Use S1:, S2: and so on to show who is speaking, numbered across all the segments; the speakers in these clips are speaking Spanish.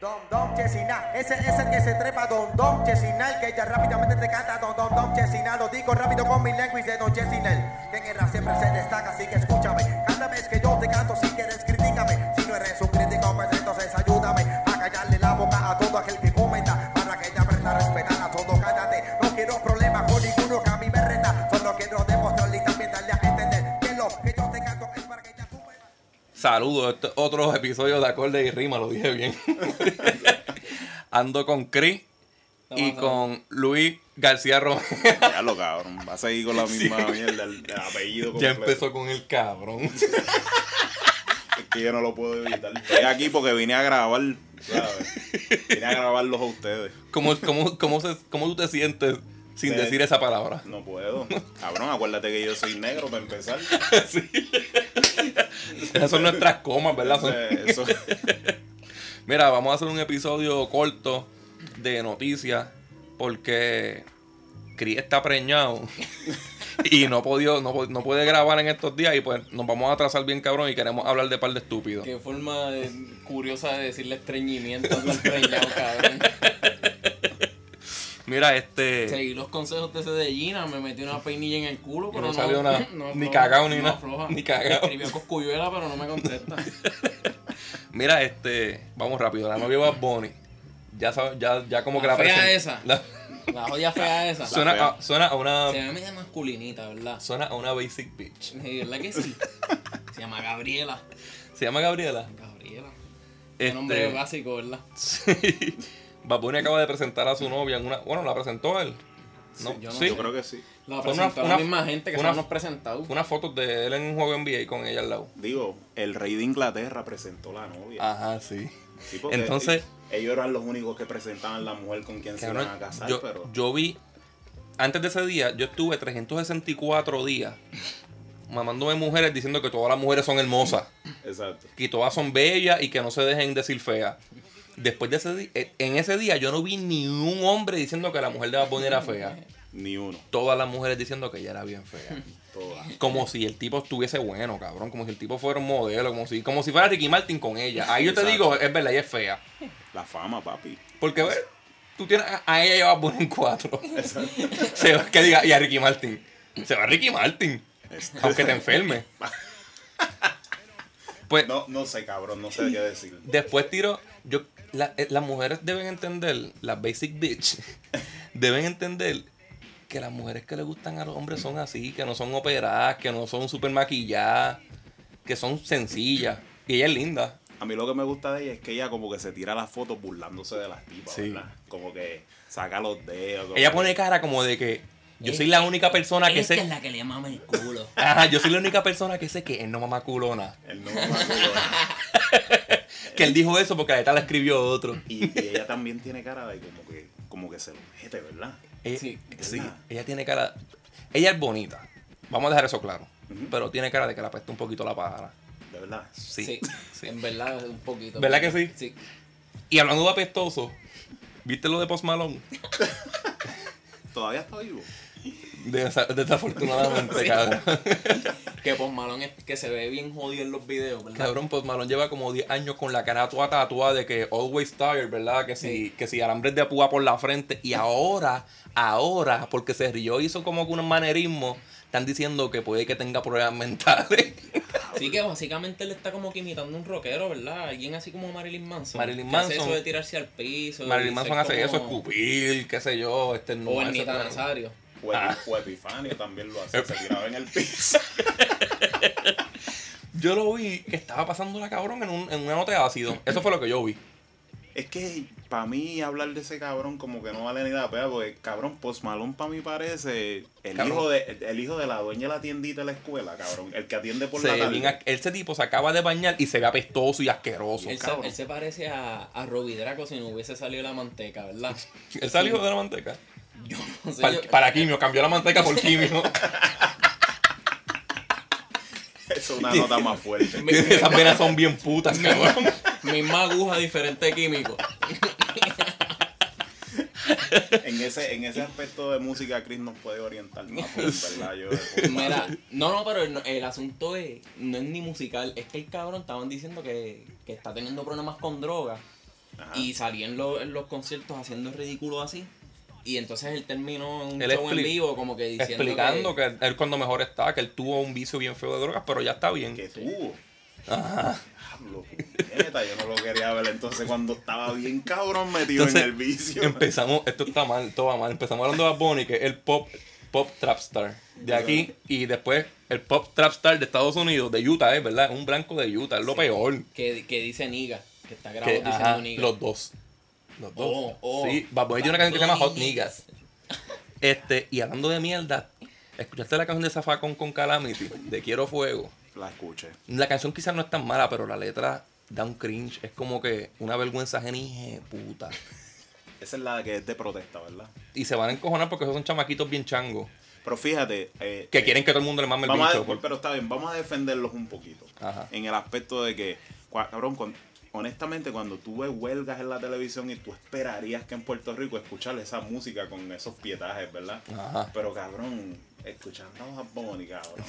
S1: Dom Dom Chesina, ese es el que se trepa Dom Dom Chesina, el que ya rápidamente te canta Dom Dom Dom Chesina, lo digo rápido con mi lengua y de Don Chesina, el que en el rap siempre se destaca, así que escúchame, cada vez que yo te canto si quieres critícame, si no eres un crítico pues entonces ayúdame a callarle la boca a todo aquel que comenta, para que te aprenda a respetar a todo, cállate, no quiero problemas con ninguno que a mí me reta, solo quiero demostrarle y también darle a entender que lo que yo te canto es para que ya tú puedas-
S2: Saludos, este es otro episodio de acorde y rima, lo dije bien. Ando con Cris y con Luis García Romero.
S3: Ya lo cabrón, va a seguir con la misma mierda, el, el apellido.
S2: Ya
S3: completo.
S2: empezó con el cabrón.
S3: Es que yo no lo puedo evitar. Estoy aquí porque vine a grabar, ¿sabes? Vine a grabarlos a ustedes.
S2: ¿Cómo, cómo, cómo, se- cómo tú te sientes sin
S3: De-
S2: decir esa palabra?
S3: No puedo. Cabrón, acuérdate que yo soy negro para empezar.
S2: Esas son nuestras comas, ¿verdad? Son-
S3: Entonces, eso,
S2: Mira, vamos a hacer un episodio corto de noticias porque Cris está preñado y no, ha podido- no, po- no puede grabar en estos días y pues nos vamos a atrasar bien cabrón y queremos hablar de par de estúpidos.
S4: Qué forma de- curiosa de decirle estreñimiento al preñado, cabrón.
S2: Mira, este...
S4: Seguí los consejos de ese de Gina, me metí una peinilla en el culo, pero
S2: no
S4: no,
S2: salió nada.
S4: no
S2: Ni
S4: afloja,
S2: cagao ni
S4: no
S2: nada.
S4: afloja.
S2: Ni cagao.
S4: Escribió coscuyuela, pero no me contesta.
S2: Mira, este... Vamos rápido, la novia Bad Bunny. Ya, sabe- ya, ya como
S4: La
S2: que la
S4: fea
S2: presenta.
S4: esa.
S2: La-
S4: La joya fea esa.
S2: suena,
S3: fea.
S2: a, suena a una...
S4: Se ve media masculinita, ¿verdad?
S2: Suena a una basic bitch.
S4: Sí, ¿Verdad que sí? Se llama Gabriela.
S2: ¿Se llama Gabriela?
S4: Gabriela. Un
S2: Este-
S4: nombre básico, ¿verdad?
S2: Sí. Bad Bunny acaba de presentar a su novia en una. Bueno, la presentó él. No,
S4: yo no
S2: sí.
S3: yo creo que sí.
S4: La
S2: Fue una-
S4: presentó
S2: una-
S4: la misma gente que
S2: una-
S4: se nos presentado.
S2: Unas fotos de él en un juego NBA con ella al lado.
S3: Digo, el rey de Inglaterra presentó la novia.
S2: Ajá, sí.
S3: Sí, porque
S2: Ah, entonces-
S3: Ellos eran los únicos que presentaban la mujer con quien se
S2: Cabrón,
S3: iban a casar,
S2: yo,
S3: pero.
S2: yo vi. Antes de ese día, yo estuve 364 días mamándome mujeres diciendo que todas las mujeres son hermosas,
S3: Exacto.
S2: que todas son bellas y que no se dejen decir feas. Después de ese día, en ese día yo no vi ni un hombre diciendo que la mujer de Bad Bunny era fea.
S3: Ni uno.
S2: Todas las mujeres diciendo que ella era bien fea.
S3: Todas.
S2: Como si el tipo estuviese bueno, cabrón. Como si el tipo fuera un modelo. Como si, como si fuera Ricky Martin con ella. Ahí yo te
S3: Exacto.
S2: digo, es verdad, ella es fea.
S3: La fama, papi.
S2: Porque, ves, tú tienes a, a ella llevas bueno en cuatro. Se va, que diga, y a Ricky Martin. Se va Ricky Martin.
S3: Este.
S2: Aunque te enferme. Pues,
S3: No, no sé, cabrón, no sé qué decir.
S2: después tiro. Yo, la- eh, las mujeres deben entender, las basic bitch, deben entender que las mujeres que le gustan a los hombres son así, que no son operadas, que no son super maquilladas, que son sencillas. Y ella es linda.
S3: A mí lo que me gusta de ella es que ella como que se tira las fotos burlándose de las tipas,
S2: Sí.
S3: ¿verdad? Como que saca los dedos. como
S2: Ella
S3: que-
S2: pone cara como de que yo soy la única persona que sé.
S4: la que le mama el culo.
S2: Ajá, yo soy la única persona que sé que él no mama culona.
S3: Él no me acuerdo.
S2: Que él dijo eso porque la letra la escribió otro.
S3: y, y ella también tiene cara de como que, como que se lo mete, ¿verdad?
S2: Ella, Eh, sí,
S4: Sí.
S2: ella tiene cara. Ella es bonita. Vamos a dejar eso claro. Pero tiene cara de que la apesta un poquito la pájara.
S3: De verdad.
S2: Sí.
S4: Sí, En verdad, un poquito.
S2: ¿Verdad que sí?
S4: Sí.
S2: Y hablando de apestoso, ¿viste lo de Post Malone?
S3: Todavía está vivo.
S2: Desa- desafortunadamente, cabrón.
S4: Que Post Malone es que se ve bien jodido en los videos, ¿verdad?
S2: Cabrón, Post Malone lleva como 10 años con la cara toda tatuada de que always tired, ¿verdad? Que si,
S4: Sí.
S2: que si alambres de púa por la frente. Y ahora, ahora, porque se rió, hizo como que unos manerismos, están diciendo que puede que tenga problemas mentales.
S4: Sí que básicamente él está como que imitando un rockero, ¿verdad? Alguien así como Marilyn Manson.
S2: Marilyn
S4: Que hace
S2: Manson.
S4: eso de tirarse al piso.
S2: Marilyn
S4: y
S2: Manson
S4: ser
S2: hace eso,
S4: como-
S2: escupir, qué sé yo, este no.
S4: O
S2: ese
S4: Ernita
S2: plan.
S4: Nazario.
S3: O, Epi-
S2: Ah.
S3: o Epifanio también lo hace. Se tiraba en el piso.
S2: Yo lo vi que estaba pasando la cabrón en, un, en una nota de ácido. Eso fue lo que yo vi.
S3: Es que para mí hablar de ese cabrón como que no vale ni la pena, porque cabrón, Post Malone para mí parece el
S2: Cabrón.
S3: hijo de el, el hijo de la dueña de la tiendita de la escuela, cabrón. El que atiende por
S2: Se
S3: la
S2: ve bien
S3: tarde.
S2: as- ese tipo se acaba de bañar y se ve apestoso y asqueroso.
S4: Él se,
S3: cabrón.
S4: él se parece a, a Robbie Draco si no hubiese salido la manteca, ¿verdad?
S2: Él salió de la manteca.
S4: Yo no sé.
S2: Para,
S4: yo-
S2: para quimio, cambió la manteca por quimio.
S3: Es una nota más fuerte.
S4: mi-
S2: Esas venas son bien putas, cabrón.
S4: misma aguja, diferente químico.
S3: En ese, en ese aspecto de música, Chris nos puede orientar más, porque en verdad yo. de Post Malone-
S4: Mira, no, no, pero el, el asunto es, no es ni musical, es que el cabrón estaban diciendo que, que está teniendo problemas con drogas Y salía en, lo- en los conciertos haciendo el ridículo así. Y entonces él terminó en un
S2: Él
S4: show en
S2: expli-
S4: vivo como que diciendo
S2: Explicando
S4: que,
S2: que, él cuando mejor está, que él tuvo un vicio bien feo de drogas, pero ya está bien.
S3: Que tuvo. Diablo, puñeta, yo no lo quería ver entonces cuando estaba bien cabrón metido
S2: Entonces, em-
S3: en el vicio.
S2: Empezamos, esto está mal, todo va mal. Empezamos hablando de Bad Bunny, que es el pop, pop trap star de aquí, y después el pop trap star de Estados Unidos, de Utah, es verdad, un blanco de Utah, es lo peor.
S4: que, que dice Niga, que está
S2: Que,
S4: grabado
S2: ajá,
S4: diciendo Niga.
S2: los dos. Los dos.
S4: Oh, oh.
S2: sí, Bad Bunny tiene una canción que se llama Hot Niggas. Este, y hablando de mierda, escuchaste la canción de Zafacón con Calamity, de Quiero Fuego.
S3: La escuché.
S2: La canción quizás no es tan mala, pero la letra da un cringe. Es como que una vergüenza genije, puta.
S3: Esa es la que es de protesta, ¿verdad?
S2: Y se van a encojonar porque esos son chamaquitos bien changos.
S3: Pero fíjate. eh,
S2: Que
S3: eh,
S2: quieren que todo el mundo le mame el
S3: vamos a-
S2: bicho. por-
S3: pero está bien, vamos a defenderlos un poquito.
S2: Ajá.
S3: En el aspecto de que, cua- cabrón, cuan- honestamente, cuando tú ves huelgas en la televisión y tú esperarías que en Puerto Rico escuchar esa música con esos pietajes, ¿verdad?
S2: Ajá.
S3: Ah, Pero cabrón, escuchando a Bad Bunny, cabrón.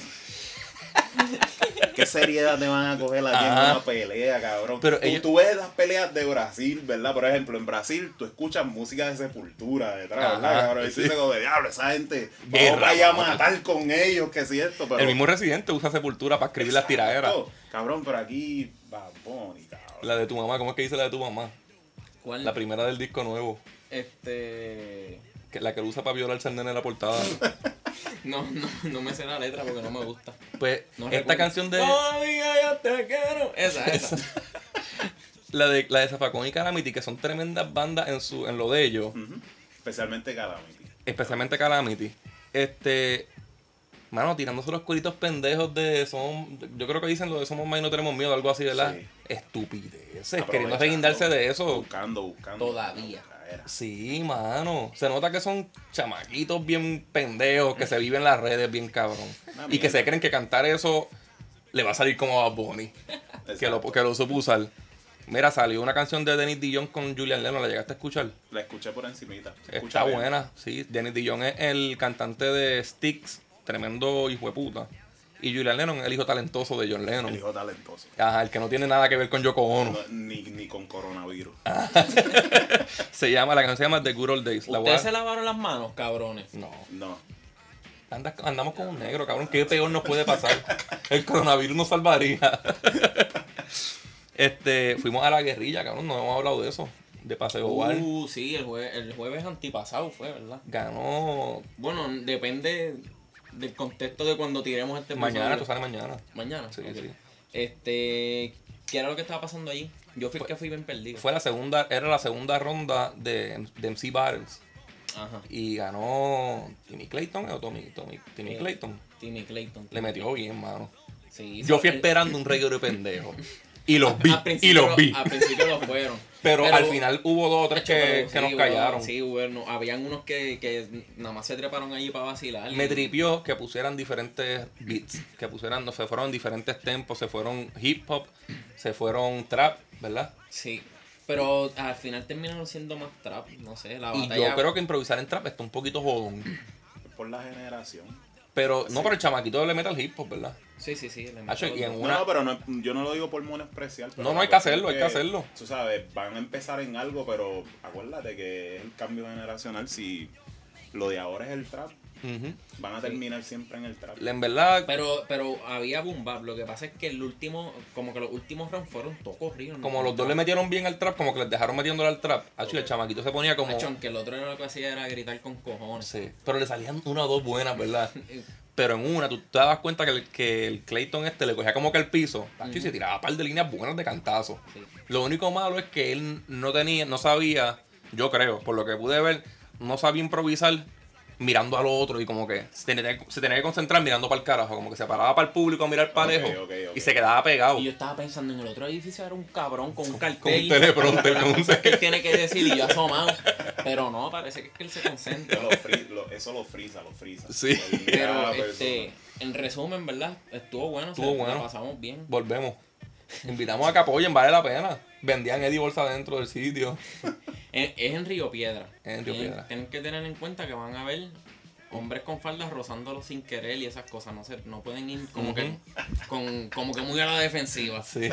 S3: ¿Qué seriedad te van a coger la en
S2: Ajá.
S3: una pelea, cabrón?
S2: Pero
S3: tú,
S2: ellos-
S3: tú ves las peleas de Brasil, ¿verdad? Por ejemplo, en Brasil tú escuchas música de sepultura detrás, ¿verdad,
S2: Ajá,
S3: cabrón? Y tú
S2: sí.
S3: dices como, diablo, esa gente, vamos
S2: Guerra,
S3: allá a
S2: vamos a-
S3: matar con ellos, que si esto, pero...
S2: El mismo residente usa sepultura para escribir las tiraderas.
S3: Exacto. Cabrón, pero aquí Bad Bunny, cabrón.
S2: La de tu mamá, ¿cómo es que dice la de tu mamá?
S4: ¿Cuál?
S2: La primera del disco nuevo.
S4: Este.
S2: Que la que lo usa para violarse al nene en la portada.
S4: No, no, no me sé la letra porque no me gusta.
S2: Pues
S4: No
S2: esta
S4: recuerdo.
S2: canción de.
S4: Todavía yo te quiero. Esa, esa.
S2: La de la de Zafacón y Calamity, que son tremendas bandas en su, en lo de ellos.
S3: Ujú. Especialmente Calamity.
S2: especialmente Calamity, este, mano, tirándose los cueritos pendejos de son, yo creo que dicen lo de somos más y no tenemos miedo, algo así, ¿verdad?
S3: Sí. Ah,
S2: Estupideces, queriendo
S3: Aprovechando,
S2: reguindarse de eso.
S3: Buscando, buscando.
S4: Todavía.
S3: Era.
S2: Sí, mano. Se nota que son chamaquitos bien pendejos, que se viven las redes bien cabrón.
S3: Una
S2: Y que
S3: mierda.
S2: se creen que cantar eso le va a salir como a Bad Bunny. Que lo,
S3: Exacto.
S2: que lo supo usar. Mira, salió una canción de Denis Dillon con Julian Lennon, ¿la llegaste a escuchar?
S3: La escuché por encimita. Se
S2: Está
S3: escucha bien.
S2: buena, sí. Dennis Dillon es el cantante de Styx, tremendo hijo de puta. Y Julian Lennon es el hijo talentoso de John
S3: El
S2: Lennon.
S3: hijo talentoso.
S2: Ajá, el que no tiene nada que ver con Yoko Ono.
S3: No, ni, ni con coronavirus.
S2: Ah. Se llama, la canción se llama The Good Old Days. La voy a-
S4: Ustedes se lavaron las manos, cabrones.
S2: No.
S3: No.
S2: Andas- andamos con un negro, cabrón. ¿Qué peor nos puede pasar? El coronavirus nos salvaría. Este, fuimos a la guerrilla, cabrón. No hemos hablado de eso. De paseo igual.
S4: Uh, sí, el jueves, el jueves antipasado fue, ¿verdad?
S2: Ganó
S4: Bueno, depende del contexto de cuando tiremos este
S2: mañana, tú
S4: episodio.
S2: sales mañana.
S4: Mañana.
S2: Sí,
S4: ok.
S2: sí.
S4: Este, ¿qué era lo que estaba pasando allí? Yo fui el que fui bien perdido.
S2: Fue la segunda, era la segunda ronda de, de MC Battles.
S4: Ajá.
S2: Y ganó Timmy Clayton eh, o Tommy, Tommy, Timmy Clayton.
S4: Eh, Timmy Clayton.
S2: Le metió bien, mano.
S4: Sí,
S2: Yo
S4: sí,
S2: fui
S4: el-
S2: esperando un reguero de pendejo. Y los vi.
S4: eh, al principio
S2: Y
S4: lo-
S2: los vi.
S4: Al principio lo fueron.
S2: Pero al final hubo dos o tres que, que
S4: Pero sí,
S2: nos
S4: hubo-
S2: callaron.
S4: Sí, bueno, habían unos que, que nada más se treparon allí para vacilar.
S2: Me tripió que pusieran diferentes beats. Que pusieran, no, se fueron diferentes tempos. Se fueron hip hop. Se fueron trap, ¿verdad?
S4: Sí. Pero al final terminaron siendo más trap, no sé, la
S2: Y
S4: batalla.
S2: yo creo que improvisar en trap está un poquito jodón.
S3: Es por la generación.
S2: Pero no, pero el chamaquito le mete al hip hop, ¿verdad?
S4: Sí, sí, sí. le
S2: Hacho, y
S4: metió
S2: en
S4: duro.
S2: Una-
S3: No, no, pero no, yo no lo digo por mono especial. pero
S2: No, no,
S3: la
S2: hay que
S3: cuestión
S2: hacerlo,
S3: es
S2: hay que hacerlo.
S3: Tú sabes, van a empezar en algo, pero acuérdate que es el cambio generacional. Si lo de ahora es el trap,
S2: Ujú.
S3: van a terminar siempre en el trap.
S2: En verdad,
S4: Pero, pero había boom bap. Lo que pasa es que el último, como que los últimos rounds fueron todos corridos. ¿no?
S2: Como los dos le metieron bien al trap, como que les dejaron metiéndole al trap. Acho, y el chamaquito se ponía como.
S4: Hacho, aunque el otro era lo que hacía era gritar con cojones.
S2: Sí, pero le salían una o dos buenas, ¿verdad?
S4: Eh,
S2: Pero en una, tú te dabas cuenta que el, que el Clayton este le cogía como que el piso. Acho, y se tiraba un par de líneas buenas de cantazo.
S4: Sí.
S2: Lo único malo es que él no tenía, no sabía, yo creo, por lo que pude ver, no sabía improvisar mirando al otro y como que se tenía, que- se tenía que concentrar mirando para el carajo, como que se paraba para el público a mirar para
S3: Ok,
S2: lejos
S3: ok, ok.
S2: y se quedaba pegado.
S4: Y yo estaba pensando en el otro edificio era un cabrón con un cartel.
S2: Con un teleprompter,
S4: las
S2: con un
S4: cosas que él tiene que decir y yo asomado. Pero no, parece que es que él se concentra.
S3: Eso lo, fri- lo- eso lo frisa, lo frisa.
S2: Sí.
S3: Lo elimina
S4: Pero
S3: la
S4: este,
S3: persona.
S4: en resumen, ¿verdad? Estuvo bueno,
S2: Estuvo
S4: se,
S2: bueno.
S4: la pasamos bien.
S2: Volvemos. Invitamos a que apoyen, vale la pena. Vendían Eddie Bolsa dentro del sitio.
S4: En- es en Río Piedra.
S2: Es en Río
S4: Tienen-
S2: Piedra.
S4: Tienen que tener en cuenta que van a ver hombres con faldas rozándolos sin querer y esas cosas. No se, no pueden ir como
S2: Ujú.
S4: que con, como que muy a la defensiva.
S2: Sí.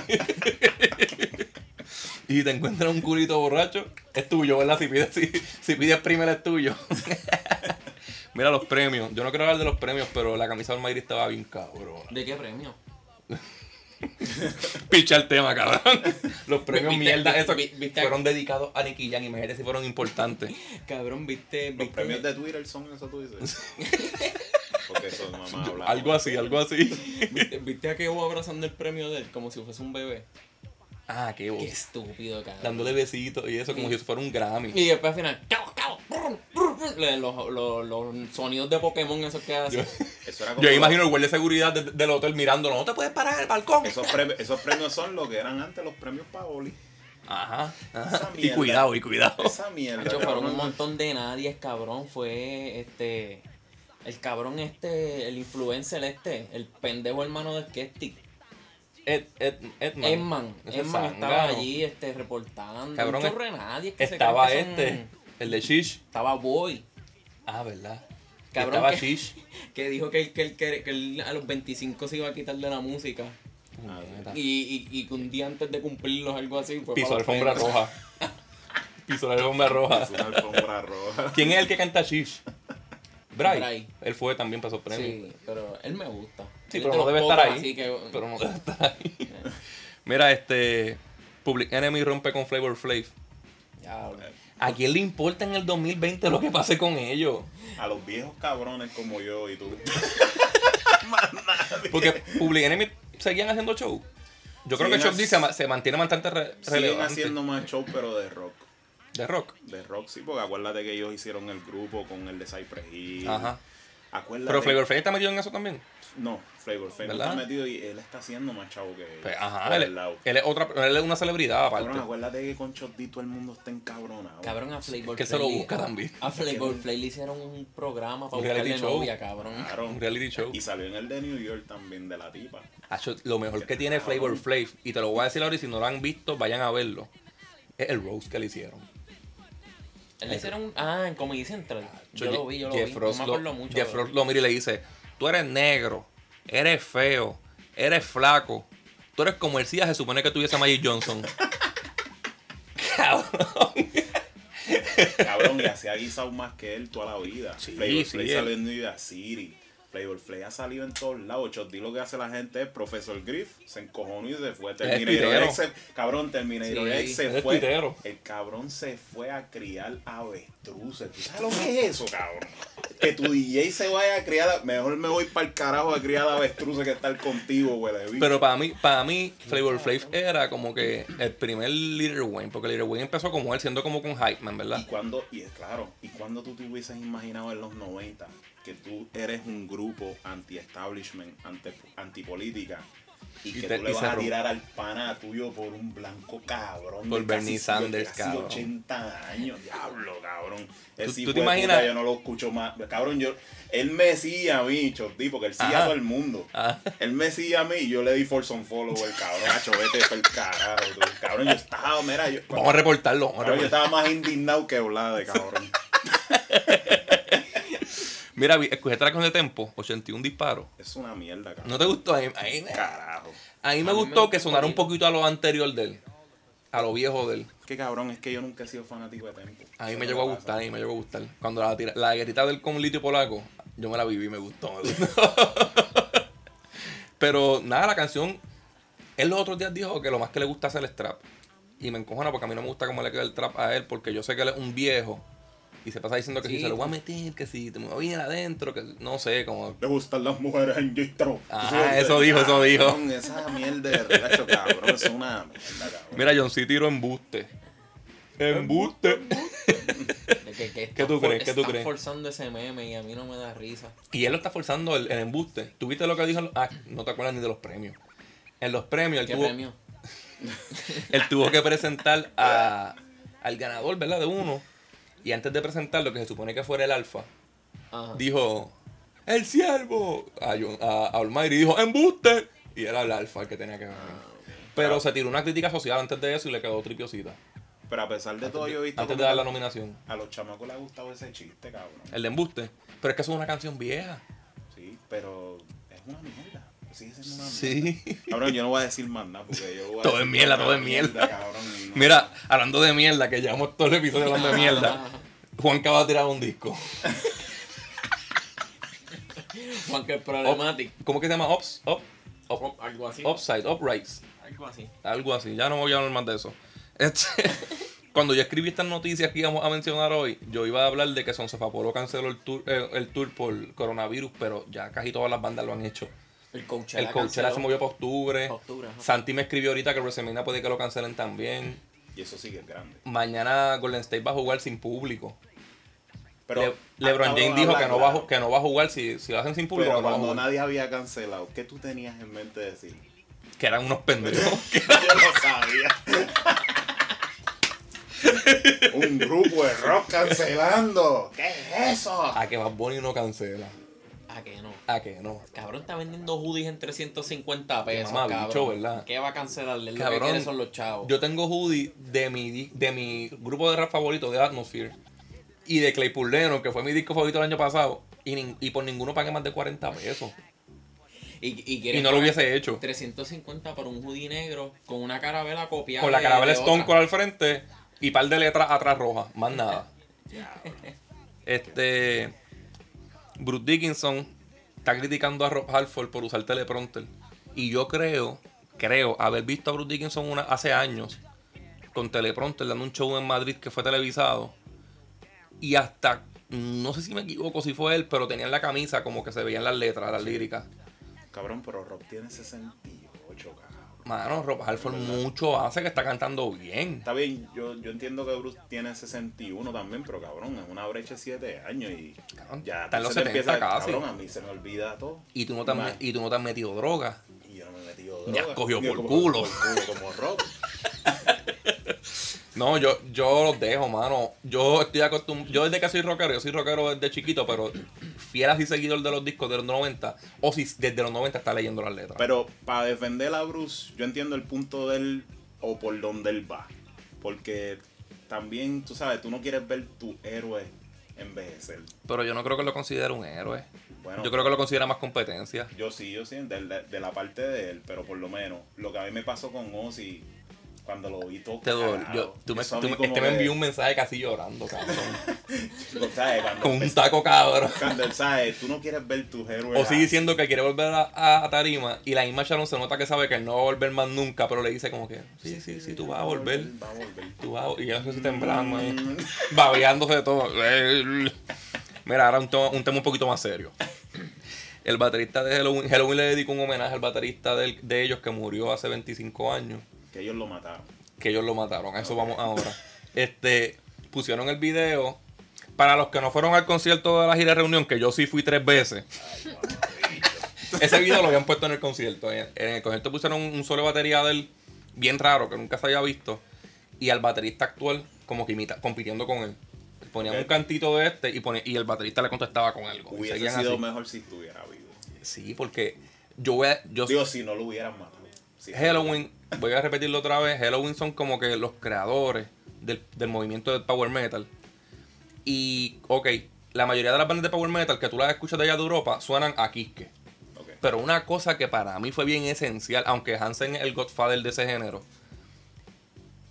S2: y te encuentras un culito borracho, es tuyo, ¿verdad? Si pides, si, si pides primero es tuyo. Mira los premios. Yo no quiero hablar de los premios, pero la camisa del Madrid estaba bien cabrona.
S4: ¿De qué premio?
S2: Picha el tema, cabrón. Los premios
S4: Viste-
S2: mierda,
S4: vi-
S2: esos
S4: vi- viste-
S2: fueron dedicados a Nicky Jam. Imagínate si fueron importantes.
S4: Cabrón, viste.
S3: Los
S4: viste-
S3: premios de Twitter son eso tú dices. Porque eso mamá habla.
S2: Algo así, algo así.
S4: ¿Viste, viste a Kevo abrazando el premio de él como si fuese un bebé?
S2: Ah, qué
S4: Qué
S2: bueno.
S4: estúpido, cabrón.
S2: Dándole besitos y eso, como si eso fuera un Grammy.
S4: Y después al final, cabo, cabo, brum, brum, brum, le- los, los, los sonidos de Pokémon esos que
S2: Yo,
S4: hacen.
S3: Eso era como
S2: yo imagino el guardia de seguridad de- del hotel mirando, no te puedes parar en el balcón.
S3: Esos, pre- esos premios son lo que eran antes los premios Paoli.
S2: Ajá.
S3: Esa
S2: ajá. Y
S3: mierda.
S2: cuidado, y cuidado.
S3: Esa mierda.
S4: Hacho, fueron
S3: cabrón.
S4: un montón de nadie, el cabrón fue este. El cabrón este, el influencer este, el pendejo hermano del Kestic.
S2: Ed, Ed, Edman.
S4: Edman,
S2: Ese
S4: Edman estaba
S2: zángano.
S4: allí este, reportando.
S2: Cabrón,
S4: un chorro de nadie que se
S2: Estaba
S4: creen que
S2: este,
S4: son-
S2: el de Shish.
S4: Estaba Boy,
S2: Ah, ¿verdad?
S4: Cabrón,
S2: estaba
S4: que-
S2: Shish.
S4: que dijo que, él- que, él- que, él- que él a los 25 se iba a quitar de la música.
S2: Puñeta.
S4: Y, y, y que un día antes de cumplirlos, algo así. Fue
S2: Piso Ah. la
S4: para los
S2: alfombra
S4: premios.
S2: roja. Piso la alfombra roja.
S3: Es una alfombra roja.
S2: ¿Quién es el que canta Shish? Bray.
S4: Bray.
S2: Él fue también para esos premios.
S4: Sí, pero él me gusta.
S2: Sí,
S4: Él
S2: pero
S4: de
S2: no
S4: los
S2: debe estar
S4: pocos,
S2: ahí.
S4: así que-
S2: Pero no debe estar ahí. Mira, este. Public Enemy rompe con Flavor Flav.
S4: Diablo.
S2: ¿A quién le importa en el 2020 lo que pase con ellos?
S3: A los viejos cabrones como yo y tú.
S2: Porque Public Enemy seguían haciendo show. Yo creo
S3: Siguen
S2: que Shock
S3: hac-
S2: D se, ma- se mantiene bastante re-
S3: Siguen
S2: relevante.
S3: haciendo más show, pero de rock.
S2: De rock.
S3: De rock, sí, porque acuérdate que ellos hicieron el grupo con el de Cypress Hill.
S2: Ajá.
S3: Acuérdate.
S2: Pero Flavor Flav está metido en eso también.
S3: No, Flavor Flav no
S2: ¿Verdad?
S3: está metido y él está haciendo más chavo que ellos.
S2: Pues, ajá,
S3: por el
S2: él,
S3: lado.
S2: él es otra, él es una celebridad aparte.
S3: Cabrón, acuérdate que con Shot D todo el mundo está encabronado.
S4: Cabrón, a Flavor
S2: Que se lo
S4: Flav-
S2: busca también.
S4: A Flavor Flay le hicieron un programa para
S2: Un reality
S4: buscarle
S2: show.
S4: novia, cabrón.
S3: Cabrón.
S2: Un reality show.
S3: Y salió en el de New York también, de la tipa.
S2: Acho, lo mejor que tiene Flavor Flav, y te lo voy a decir ahora, y si no lo han visto, vayan a verlo, es el roast que le hicieron.
S4: Él le hicieron un... Ah, en Comedy Central. Yo lo vi, yo lo
S2: Jeff
S4: vi.
S2: Ross
S4: no me
S2: lo-
S4: acuerdo mucho.
S2: Jeff
S4: pero-
S2: Ross lo mira y le dice, tú eres negro, eres feo, eres flaco, tú eres como el CIA, se supone que tuviese a Magic Johnson. Cabrón.
S3: Cabrón, y así ha guisado más que él toda la vida.
S2: Sí, sí,
S3: Flavor Flav
S2: él.
S3: salió en New York City. Flavor Flav ha salido en todos lados. Shot D lo que hace la gente es Profesor Griff, se encojonó y se fue. Terminator
S2: tuitero.
S3: X, se- cabrón, Terminator
S4: Sí,
S3: X se
S2: él es
S3: fue.
S2: tuitero.
S3: El cabrón se fue a criar avestruces. ¿Tú sabes lo que es eso, cabrón? Que tu DJ se vaya a criar. a- Mejor me voy para el carajo a criar avestruces que estar contigo, güey.
S2: Pero para mí, para mí, Flavor Flav era como que el primer Little Wayne, porque Little Wayne empezó como él, siendo como con Hype Man,
S3: Y
S2: ¿verdad?
S3: cuando, y es claro, y cuando tú te hubieses imaginado en los 90 que tú eres un grupo anti-establishment, ante- antipolítica, y,
S2: Y
S3: que
S2: te-
S3: tú le
S2: y
S3: vas
S2: se
S3: a
S2: rom-
S3: tirar al pana tuyo por un blanco cabrón.
S2: Por
S3: de casi
S2: Bernie
S3: cien-
S2: Sanders,
S3: casi
S2: cabrón.
S3: 80 años, diablo, cabrón.
S2: ¿Tú- tú
S3: Ese hijo
S2: te
S3: de puta,
S2: imaginas?
S3: Yo no lo escucho más. Cabrón, yo, él me decía a mí, chorti, porque él sigue
S2: Ajá.
S3: a todo el mundo.
S2: Ah.
S3: Él me sigue a mí y yo le di force on follow, el cabrón. Acho, vete pa'l carajo, tú. Cabrón, yo estaba, mira, yo...
S2: Vamos a reportarlo, vamos a
S3: Cabrón, yo
S2: reportarlo.
S3: estaba más indignado que de cabrón.
S2: Mira, vi- escuché Tracón de Tempo, 81 disparos.
S3: Es una mierda, cabrón.
S2: ¿No te gustó? A mí, a mí me- a
S3: Carajo.
S2: mí me
S4: A mí me
S2: gustó
S4: gustó
S2: que sonara un
S4: un
S2: poquito a lo anterior de él, a lo viejo de él.
S3: Qué cabrón, es que yo nunca he sido fanático de Tempo.
S2: A mí
S3: Eso
S2: me
S3: es
S2: llegó a
S3: lo que
S2: gustar, a
S3: pasa.
S2: mí me llegó a gustar. Cuando la, tira- la guerrita del con litio polaco, yo me la viví, me gustó. me gustó. Pero nada, la canción, él los otros días dijo que lo más que le gusta hacer es trap. Y me encojona porque a mí no me gusta cómo le queda el trap a él, porque yo sé que él es un viejo. Y se pasa diciendo que si
S4: Sí.
S2: se lo voy a meter, que si te me voy a ir adentro, que no sé, como...
S3: Le gustan las mujeres en distro.
S2: Ajá, Ah, eso dijo, eso dijo.
S3: Cabrón, Esa mierda de relacho, cabrón. Es una mierda, cabrón.
S2: Mira, John C. tiró embuste. Embuste.
S4: de que- que
S2: ¿Qué tú
S4: están for-
S2: crees? ¿Qué tú
S4: están
S2: crees?
S4: forzando ese meme y a mí no me da risa.
S2: Y él lo está forzando el, el embuste. ¿Tuviste lo que dijo? en los- Ah, no te acuerdas ni de los premios. En los premios, él
S4: ¿Qué
S2: tuvo,
S4: premio?
S2: él tuvo que presentar a- al ganador, ¿verdad? De uno. Y antes de presentar lo que se supone que fuera el alfa,
S3: Ah.
S4: Ajá.
S2: dijo, el siervo, a, John- a, a Almighty, dijo, embuste. Y era el alfa el que tenía que ganar.
S3: Ah.
S2: Pero se tiró una crítica social antes de eso y le quedó tripiosita.
S3: Pero a pesar de todo, yo he visto.
S2: Antes de
S3: como
S2: dar la
S3: que
S2: nominación.
S3: A los chamacos les ha gustado ese chiste, cabrón.
S2: El de embuste. Pero es que eso es una canción vieja.
S3: Sí, pero es una mierda. sigue siendo una mierda.
S2: Sí.
S3: Cabrón, yo no voy a decir más nada porque yo voy a
S2: Todo
S3: decir
S2: es mierda,
S3: una
S2: todo es mierda.
S3: cabrón, y no.
S2: Mira, hablando de mierda, que llevamos todo el episodio hablando de mierda. Juanca va a tirar un disco.
S4: Juan, que es problemático.
S2: ¿Cómo que se llama? Ops, up, up,
S4: Op- Algo así.
S2: upside, uprights.
S4: Algo así.
S2: Algo así, ya no voy a hablar más de eso. Este, cuando yo escribí estas noticias que íbamos a mencionar hoy, yo iba a hablar de que Son Sefapolo canceló el tour, eh, el tour por coronavirus, pero ya casi todas las bandas lo han hecho.
S4: El coach.
S2: el Coachella se movió para octubre.
S4: Octubre, ajá.
S2: Santi me escribió ahorita que WrestleMania puede que lo cancelen también.
S3: Y eso sí que es grande.
S2: Mañana Golden State va a jugar sin público.
S3: Pero
S2: Le- LeBron
S3: ah,
S2: James
S3: cabrón,
S2: dijo
S3: habla
S2: que no, va, a
S3: claro.
S2: ju- que no va a jugar si, si lo hacen sin público.
S3: Pero
S2: no va a
S3: cuando
S2: jugar.
S3: nadie había cancelado, ¿qué tú tenías en mente de decir?
S2: Que eran unos pendejos.
S3: Yo lo sabía. Un grupo de rock cancelando. ¿Qué es eso?
S2: a que Bad Bunny no cancela.
S4: ¿A Ah, que no?
S2: A que no.
S4: Cabrón está vendiendo hoodies en 350 pesos.
S2: mamá,
S4: cabrón.
S2: bicho, ¿verdad?
S4: ¿Qué va a cancelarle? Lo que
S2: Cabrón,
S4: quiere son los chavos.
S2: Yo tengo hoodie de mi, di- de mi grupo de rap favorito, de Atmosphere, y de Claypool Lennon, que fue mi disco favorito el año pasado, y, nin- y por ninguno pagué más de 40 pesos.
S4: Y, y,
S2: Y
S4: quieren
S2: no lo
S4: pagar
S2: hubiese hecho.
S4: 350 por un hoodie negro con una carabela copiada.
S2: Con la
S4: de-
S2: carabela
S4: de
S2: Stone
S4: otra.
S2: Cold al frente y par de letras atrás rojas, más nada. Este. Bruce Dickinson está criticando a Rob Halford por usar teleprompter. Y yo creo, creo haber visto a Bruce Dickinson una- hace años con teleprompter dando un show en Madrid que fue televisado. Y hasta, no sé si me equivoco si fue él, pero tenían la camisa como que se veían las letras, las líricas.
S3: Cabrón, pero Rob tiene 68, cabrón.
S2: Mano, Rob Halford mucho hace que está cantando bien.
S3: Está bien, yo, yo entiendo que Bruce tiene 61 también, pero cabrón, es una brecha de 7 años y
S2: Cabrón,
S3: ya
S2: está en
S3: tú
S2: los
S3: se te
S2: 70 casi.
S3: Cabrón, a mí se me olvida todo.
S2: Y tú no te has,
S3: Más.
S2: me- y tú no te has metido droga.
S3: Y yo no me he metido
S2: Me has
S3: droga.
S2: cogido
S3: Yo
S2: por
S3: como-
S2: culo.
S3: Por culo como Rob.
S2: No, yo, yo los dejo, mano. Yo estoy acostumbrado. Yo desde que soy rockero, yo soy rockero desde chiquito, pero fiel así seguidor de los discos de los 90. O si desde los 90 está leyendo las letras.
S3: Pero para defender a Bruce, yo entiendo el punto de él o por donde él va. Porque también, tú sabes, tú no quieres ver tu héroe envejecer.
S2: Pero yo no creo que lo considere un héroe.
S3: Bueno.
S2: Yo creo que lo considera más competencia.
S3: Yo sí, yo sí, de, la- de la parte de él, pero por lo menos lo que a mí me pasó con Ozzy cuando lo vi todo.
S2: Te doy.
S3: cagado,
S2: Yo, tú me,
S3: Ah, eso a
S2: tú
S3: mí
S2: me-
S3: como
S2: este me
S3: que-
S2: envió un mensaje casi llorando, cabrón.
S3: o sea, cuando-
S2: con un taco cabrón.
S3: cuando, ¿sabes? Tú no quieres ver tus héroes.
S2: O sí diciendo que quiere volver a, a- a Tarima y la misma Sharon se nota que sabe que él no va a volver más nunca, pero le dice como que, sí, sí, sí, tú vas a volver. eh.
S3: Va a volver.
S2: Tú vas- y eso sí temblando ahí,
S3: Mm.
S2: babeándose de todo. Mira, ahora un tema un, tema un poquito más serio. El baterista de Halloween, Halloween le dedicó un homenaje al baterista del- de ellos que murió hace 25 años,
S3: Que ellos lo mataron.
S2: que ellos lo mataron. A eso vamos ahora. Este, pusieron el video. Para los que no fueron al concierto de la gira reunión, que yo sí fui tres veces. Ese video lo habían puesto en el concierto. En, en el concierto pusieron un, un solo de batería de él, bien raro, que nunca se había visto. Y al baterista actual, como que imita, compitiendo con él. Ponían
S3: Ok.
S2: un cantito de este y, ponía- y el baterista le contestaba con algo. Y
S3: Hubiese
S2: seguían
S3: sido
S2: así.
S3: mejor si estuviera vivo.
S2: Sí, porque yo voy a. Yo,
S3: Digo, si no lo hubieran matado. Sí.
S2: Halloween, voy a repetirlo otra vez, Halloween son como que los creadores del, del movimiento del power metal. Y, ok, la mayoría de las bandas de power metal que tú las escuchas de allá de Europa suenan a Kiske.
S3: Ok.
S2: Pero una cosa que para mí fue bien esencial, aunque Hansen es el godfather de ese género,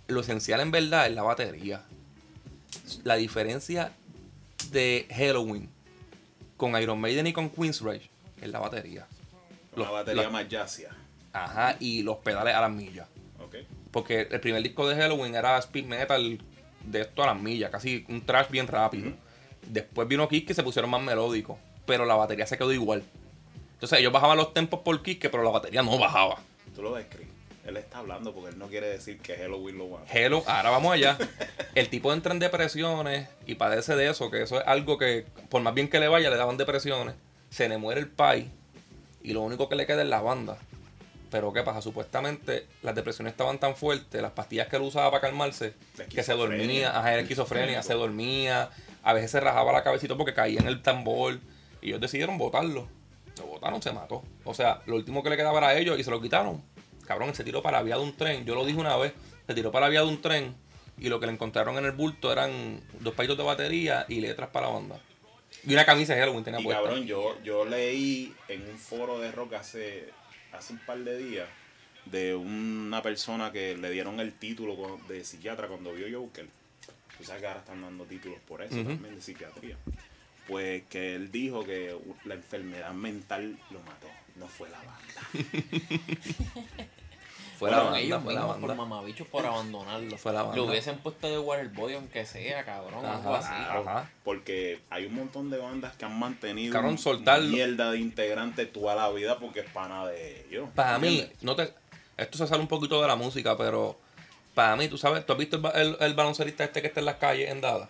S2: lo esencial en verdad es la batería. La diferencia de Halloween con Iron Maiden y con Queensrÿche es la batería.
S3: Una
S2: Los-
S3: batería
S2: la-
S3: más yacia.
S2: Ajá, y los pedales a las millas.
S3: Ok.
S2: Porque el primer disco de Halloween era speed metal de esto a las millas, casi un trash bien rápido. Después vino Kiss que se pusieron más melódicos, pero la batería se quedó igual. Entonces ellos bajaban los tempos por Kiss, pero la batería no bajaba.
S3: Tú lo describes. Él está hablando porque él no quiere decir que Halloween lo mató.
S2: Hello, ahora vamos allá. El tipo entra en depresiones y padece de eso, que eso es algo que, por más bien que le vaya, le daban depresiones. Se le muere el pai y lo único que le queda es la banda. Pero ¿qué pasa? Supuestamente las depresiones estaban tan fuertes, las pastillas que él usaba para calmarse,
S3: La
S2: que se
S3: esquizofrenia.
S2: dormía, ajá, era esquizofrenia, se dormía, a veces se rajaba la cabecita porque caía en el tambor. Y ellos decidieron botarlo. Lo botaron, se mató. O sea, lo último que le quedaba era a ellos y se lo quitaron. Cabrón, él se tiró para la vía de un tren. Yo lo dije una vez, se tiró para la vía de un tren y lo que le encontraron en el bulto eran dos palitos de batería y letras para la banda. Y una camisa de Halloween tenía
S3: Y
S2: puesta.
S3: cabrón, yo, yo leí en un foro de rock hace hace un par de días de una persona que le dieron el título con- de psiquiatra cuando vio Joker. Tú sabes que ahora están dando títulos por eso también de psiquiatría. Pues que él dijo que u- la enfermedad mental lo mató, no fue la banda.
S2: Fue la
S4: Fueron
S2: banda,
S4: ellos
S2: fue la
S4: mismos por
S2: banda.
S4: mamabichos por abandonarlo.
S2: Fue la banda.
S4: Lo hubiesen puesto de Waterboy aunque sea, cabrón, algo así.
S2: Ajá, ajá.
S3: Porque hay un montón de bandas que han mantenido
S2: Cabrón,
S3: un-
S2: soltarlo.
S3: mierda de integrantes toda la vida porque es pana de ellos.
S2: Para mí,
S3: ¿entiendes?
S2: no te, esto se sale un poquito de la música, pero para mí, tú sabes, tú has visto el, ba- el- el baloncerista este que está en las calles en Dada.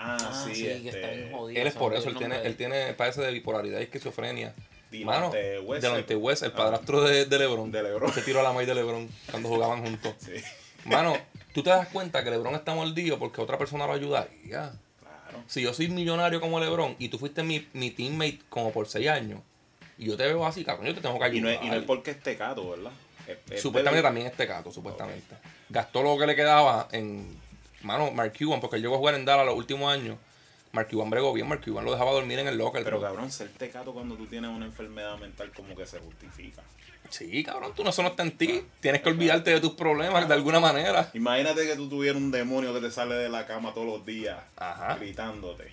S3: Ah,
S4: Ah,
S3: sí,
S4: sí, que
S3: este,
S4: está bien jodido.
S2: Él es
S4: se
S2: por
S4: me
S2: eso, él
S4: olvidó el
S2: tiene, él
S4: nombre
S2: tiene, padece de bipolaridad y esquizofrenia. Mano,
S3: Delante West.
S2: Delante West, el
S3: Ah.
S2: padrastro de, de Lebron.
S3: De LeBron.
S2: Se tiró a la maíz de Lebron cuando jugaban juntos.
S3: Sí,
S2: Mano, tú te das cuenta que Lebron está mordido porque otra persona lo ayudaría.
S3: claro.
S2: Si yo soy millonario como Lebron y tú fuiste mi, mi teammate como por seis años y yo te veo así, cabrón, yo te tengo que ayudar.
S3: Y no, es, y no es porque esté cato, ¿verdad? Es- es
S2: Supuestamente
S3: del-
S2: también este gato, supuestamente. Gastó lo que le quedaba en, mano, Mark Cuban, porque él llegó a jugar en Dallas los últimos años. Mark Cuban bregó bien, Mark Cuban lo dejaba dormir en el locker.
S3: Pero cabrón, ser tecato cuando tú tienes una enfermedad mental como que se justifica.
S2: Sí, cabrón, tú no eso no está en ti. Tienes que olvidarte de tus problemas de alguna manera.
S3: Imagínate que tú tuvieras un demonio que te sale de la cama todos los días
S2: Ajá.
S3: gritándote.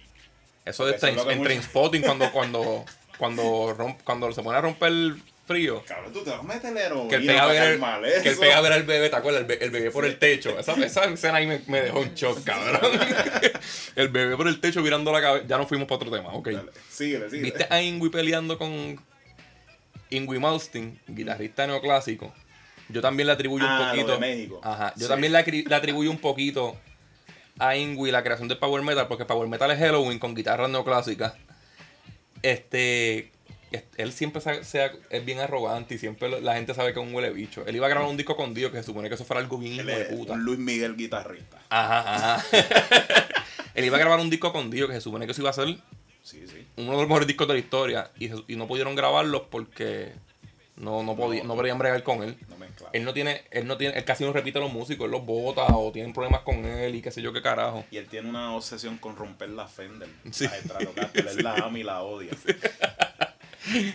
S2: Eso de
S3: Eso es
S2: train-
S3: lo que
S2: en
S3: mucho-
S2: Trainspotting cuando cuando cuando, romp- cuando se pone a romper el frío.
S3: Cabrón, tú te vas a meter la heroína
S2: Que él pega a
S3: para
S2: ver el,
S3: calmar
S2: que él
S3: eso.
S2: pega a ver al bebé, ¿te acuerdas? El, be- el bebé por el techo. Esa, esa escena ahí me, me dejó en shock, cabrón. el bebé por el techo mirando la cabeza. Ya nos fuimos para otro tema, ok.
S3: Dale, síguele, síguele.
S2: ¿Viste a Ingui peleando con Ingui Malmsteen, guitarrista neoclásico? Yo también le atribuyo
S3: Ah,
S2: un
S3: lo
S2: poquito.
S3: de México.
S2: Ajá. Yo
S3: Sí.
S2: también le, acri- le atribuyo un poquito a Ingui la creación del Power Metal, porque Power Metal es Halloween con guitarras neoclásicas. Este. es- Él siempre se- se- es bien arrogante y siempre lo- la gente sabe que es un huele bicho. Él iba a grabar un disco con Dios que se supone que eso fuera algo bien hijo
S3: Él
S2: de
S3: es
S2: puta.
S3: un Luis Miguel guitarrista.
S2: Ajá, ajá. él iba a grabar un disco con Dios que se supone que eso iba a ser
S3: Sí, sí.
S2: uno de los mejores discos de la historia y, se- y no pudieron grabarlo porque no, no, podía, no podían bregar con él.
S3: No mezcla.
S2: Él no tiene, él no tiene, él casi no repite a los músicos, él los bota o tienen problemas con él y qué sé yo qué carajo.
S3: Y él tiene una obsesión con romper la Fender.
S2: Sí.
S3: Sí. La Stratocaster. Él la ama y la odia.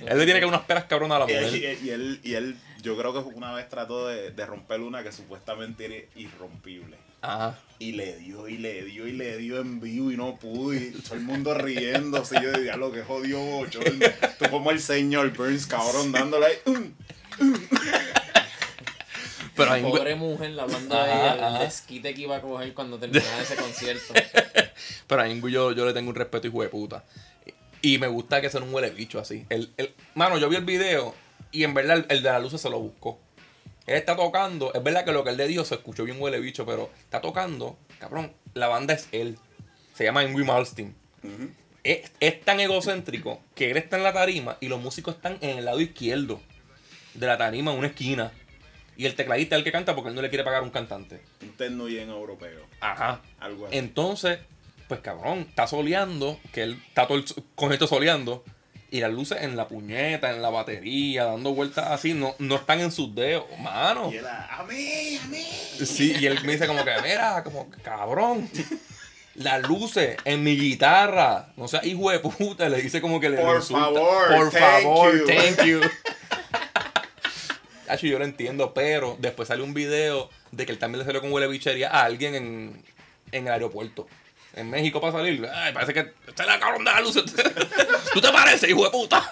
S2: Él le tiene que dar unas peras cabronas a la
S3: Y él,
S2: mujer.
S3: y él- y él- yo creo que una vez trató de, de romper una que supuestamente era irrompible.
S2: Ajá.
S3: Y le dio, y le dio, y le dio en vivo y no pudo. Y todo el mundo riéndose. Y yo decía, lo que jodió bochorno. Tú como el señor Burns, cabrón, dándole ahí. "Mm".
S2: Pero
S4: de-
S2: ahí,
S4: Pobre mujer, hablando de
S2: Ajá,
S4: ella, el
S2: ajá.
S4: desquite que iba a coger cuando terminaba ese concierto.
S2: pero a Ingu yo, yo le tengo un respeto hijo de puta. Y me gusta que sea un huele bicho así. El, el- mano, yo vi el video y en verdad el, el de las luces se lo buscó. Él está tocando, es verdad que lo que él le dijo se escuchó bien huele bicho, pero está tocando, cabrón, la banda es él. Se llama Ingui Malstein.
S3: Ujú.
S2: es, es tan egocéntrico que él está en la tarima y los músicos están en el lado izquierdo de la tarima, en una esquina. Y el tecladista es el que canta porque él no le quiere pagar a un cantante.
S3: Un terno bien europeo.
S2: Ajá.
S3: Algo así.
S2: Entonces, pues cabrón, está soleando, que él está todo el so- con esto soleando, y las luces en la puñeta, en la batería, dando vueltas así, no, no están en sus dedos, mano.
S3: Y él, a mí, a mí.
S2: Sí, y él me dice como que, mira, como que, cabrón. Las luces en mi guitarra. No sea hijo de puta. Le dice como que le
S3: Por
S2: resulta.
S3: favor,
S2: Por
S3: thank
S2: favor,
S3: you".
S2: thank you. Hacho, yo lo entiendo, pero después sale un video de que él también le salió con huele bichería a alguien en, en el aeropuerto. En México para salir. Ay, parece que. Usted la cabrón de las luces. ¿Tú te pareces, hijo de puta?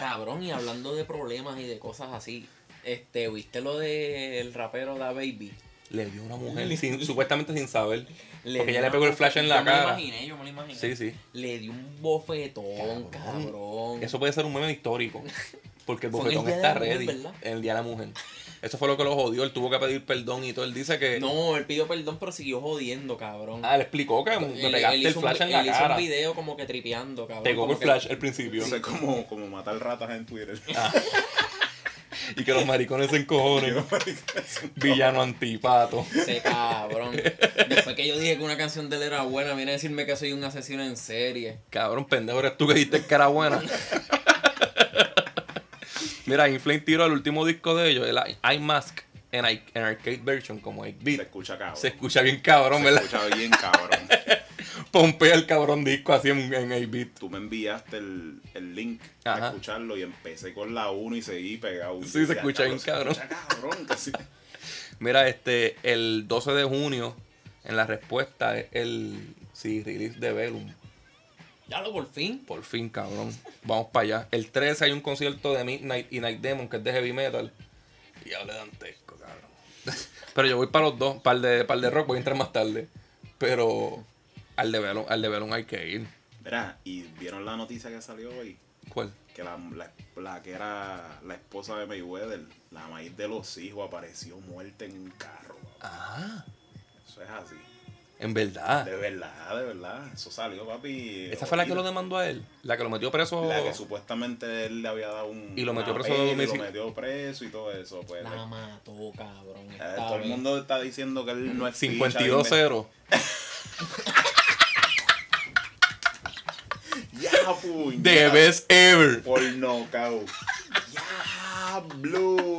S4: Cabrón, y hablando de problemas y de cosas así, este, ¿viste lo del rapero Da Baby?
S2: Le dio una mujer sin- supuestamente sin saber.
S4: Le
S2: porque ya
S4: dio
S2: le
S4: una
S2: pegó el
S4: bofe-
S2: flash en la
S4: yo
S2: cara.
S4: Me lo imaginé, yo me lo imaginé.
S2: Sí, sí.
S4: Le dio un bofetón,
S2: Cabrón.
S4: cabrón.
S2: Eso puede ser un meme histórico. Porque el
S4: Fue en el
S2: bofetón
S4: Día de
S2: está
S4: la Mujer,
S2: ready.
S4: ¿verdad?
S2: en el Día de la Mujer. Eso fue lo que lo jodió. Él tuvo que pedir perdón y todo. Él dice que.
S4: No, él pidió perdón, pero siguió jodiendo, cabrón.
S2: Ah, le explicó que me
S4: Él-
S2: pegaste
S4: él
S2: el
S4: hizo un
S2: flash
S4: vi-
S2: en la
S4: él
S2: cara.
S4: hizo un video como que tripeando, cabrón.
S2: Pegó
S4: como
S2: el
S4: que-
S2: flash al principio.
S3: Eso es como, como matar ratas en Twitter.
S2: Y que los maricones se encojonen. Villano antipato.
S4: Ese cabrón. Después que yo dije que una canción de él era buena, viene a decirme que soy un asesino en serie.
S2: Cabrón, pendejo, eres tú que dijiste que era buena. Mira, Inflame tiró el último disco de ellos, el I- I Mask, en, I- en arcade version, como 8
S3: Se
S2: bit.
S3: escucha cabrón.
S2: Se escucha bien cabrón,
S3: Se
S2: ¿verdad?
S3: escucha bien cabrón.
S2: pompea el cabrón disco así en, en 8-bit.
S3: Tú me enviaste el, el link
S2: Ajá.
S3: a escucharlo y empecé con la 1 y seguí pegado.
S2: Sí, se escucha bien, cabrón.
S3: Se escucha cabrón, casi.
S2: Mira, este, el 12 de junio, en la respuesta, es el sí, release de Velum.
S4: Ya lo por fin.
S2: Por fin, cabrón. Vamos para allá. El 13 hay un concierto de Midnight y Night Demon, que es de heavy metal. Y habla de Dantesco, cabrón. Pero yo voy para los dos. Para el, de, para el de rock voy a entrar más tarde. Pero al de Velum, al de Velum hay que ir.
S3: Verá, y vieron la noticia que salió hoy.
S2: ¿Cuál?
S3: Que la, la- la que era la esposa de Mayweather, la maíz de los hijos, apareció muerta en un carro.
S2: Ah,
S3: Eso es así.
S2: en verdad.
S3: De verdad, de verdad. Eso salió, papi.
S2: Esa fue la que lo
S3: horrible.
S2: demandó a él. La que lo metió preso.
S3: La que supuestamente él le había dado un.
S2: Y lo metió
S3: una
S2: preso
S3: pela,
S2: domicil-
S3: Lo metió preso y todo eso. Pues,
S4: La
S3: eh,
S4: mató, cabrón.
S3: eh,
S4: esta
S3: todo el
S4: vez.
S3: mundo está diciendo que él no es ficha de
S2: 52-0.
S3: invent- Ya, puñeta.
S2: The best ever.
S3: Por knockout. ¡Diablo!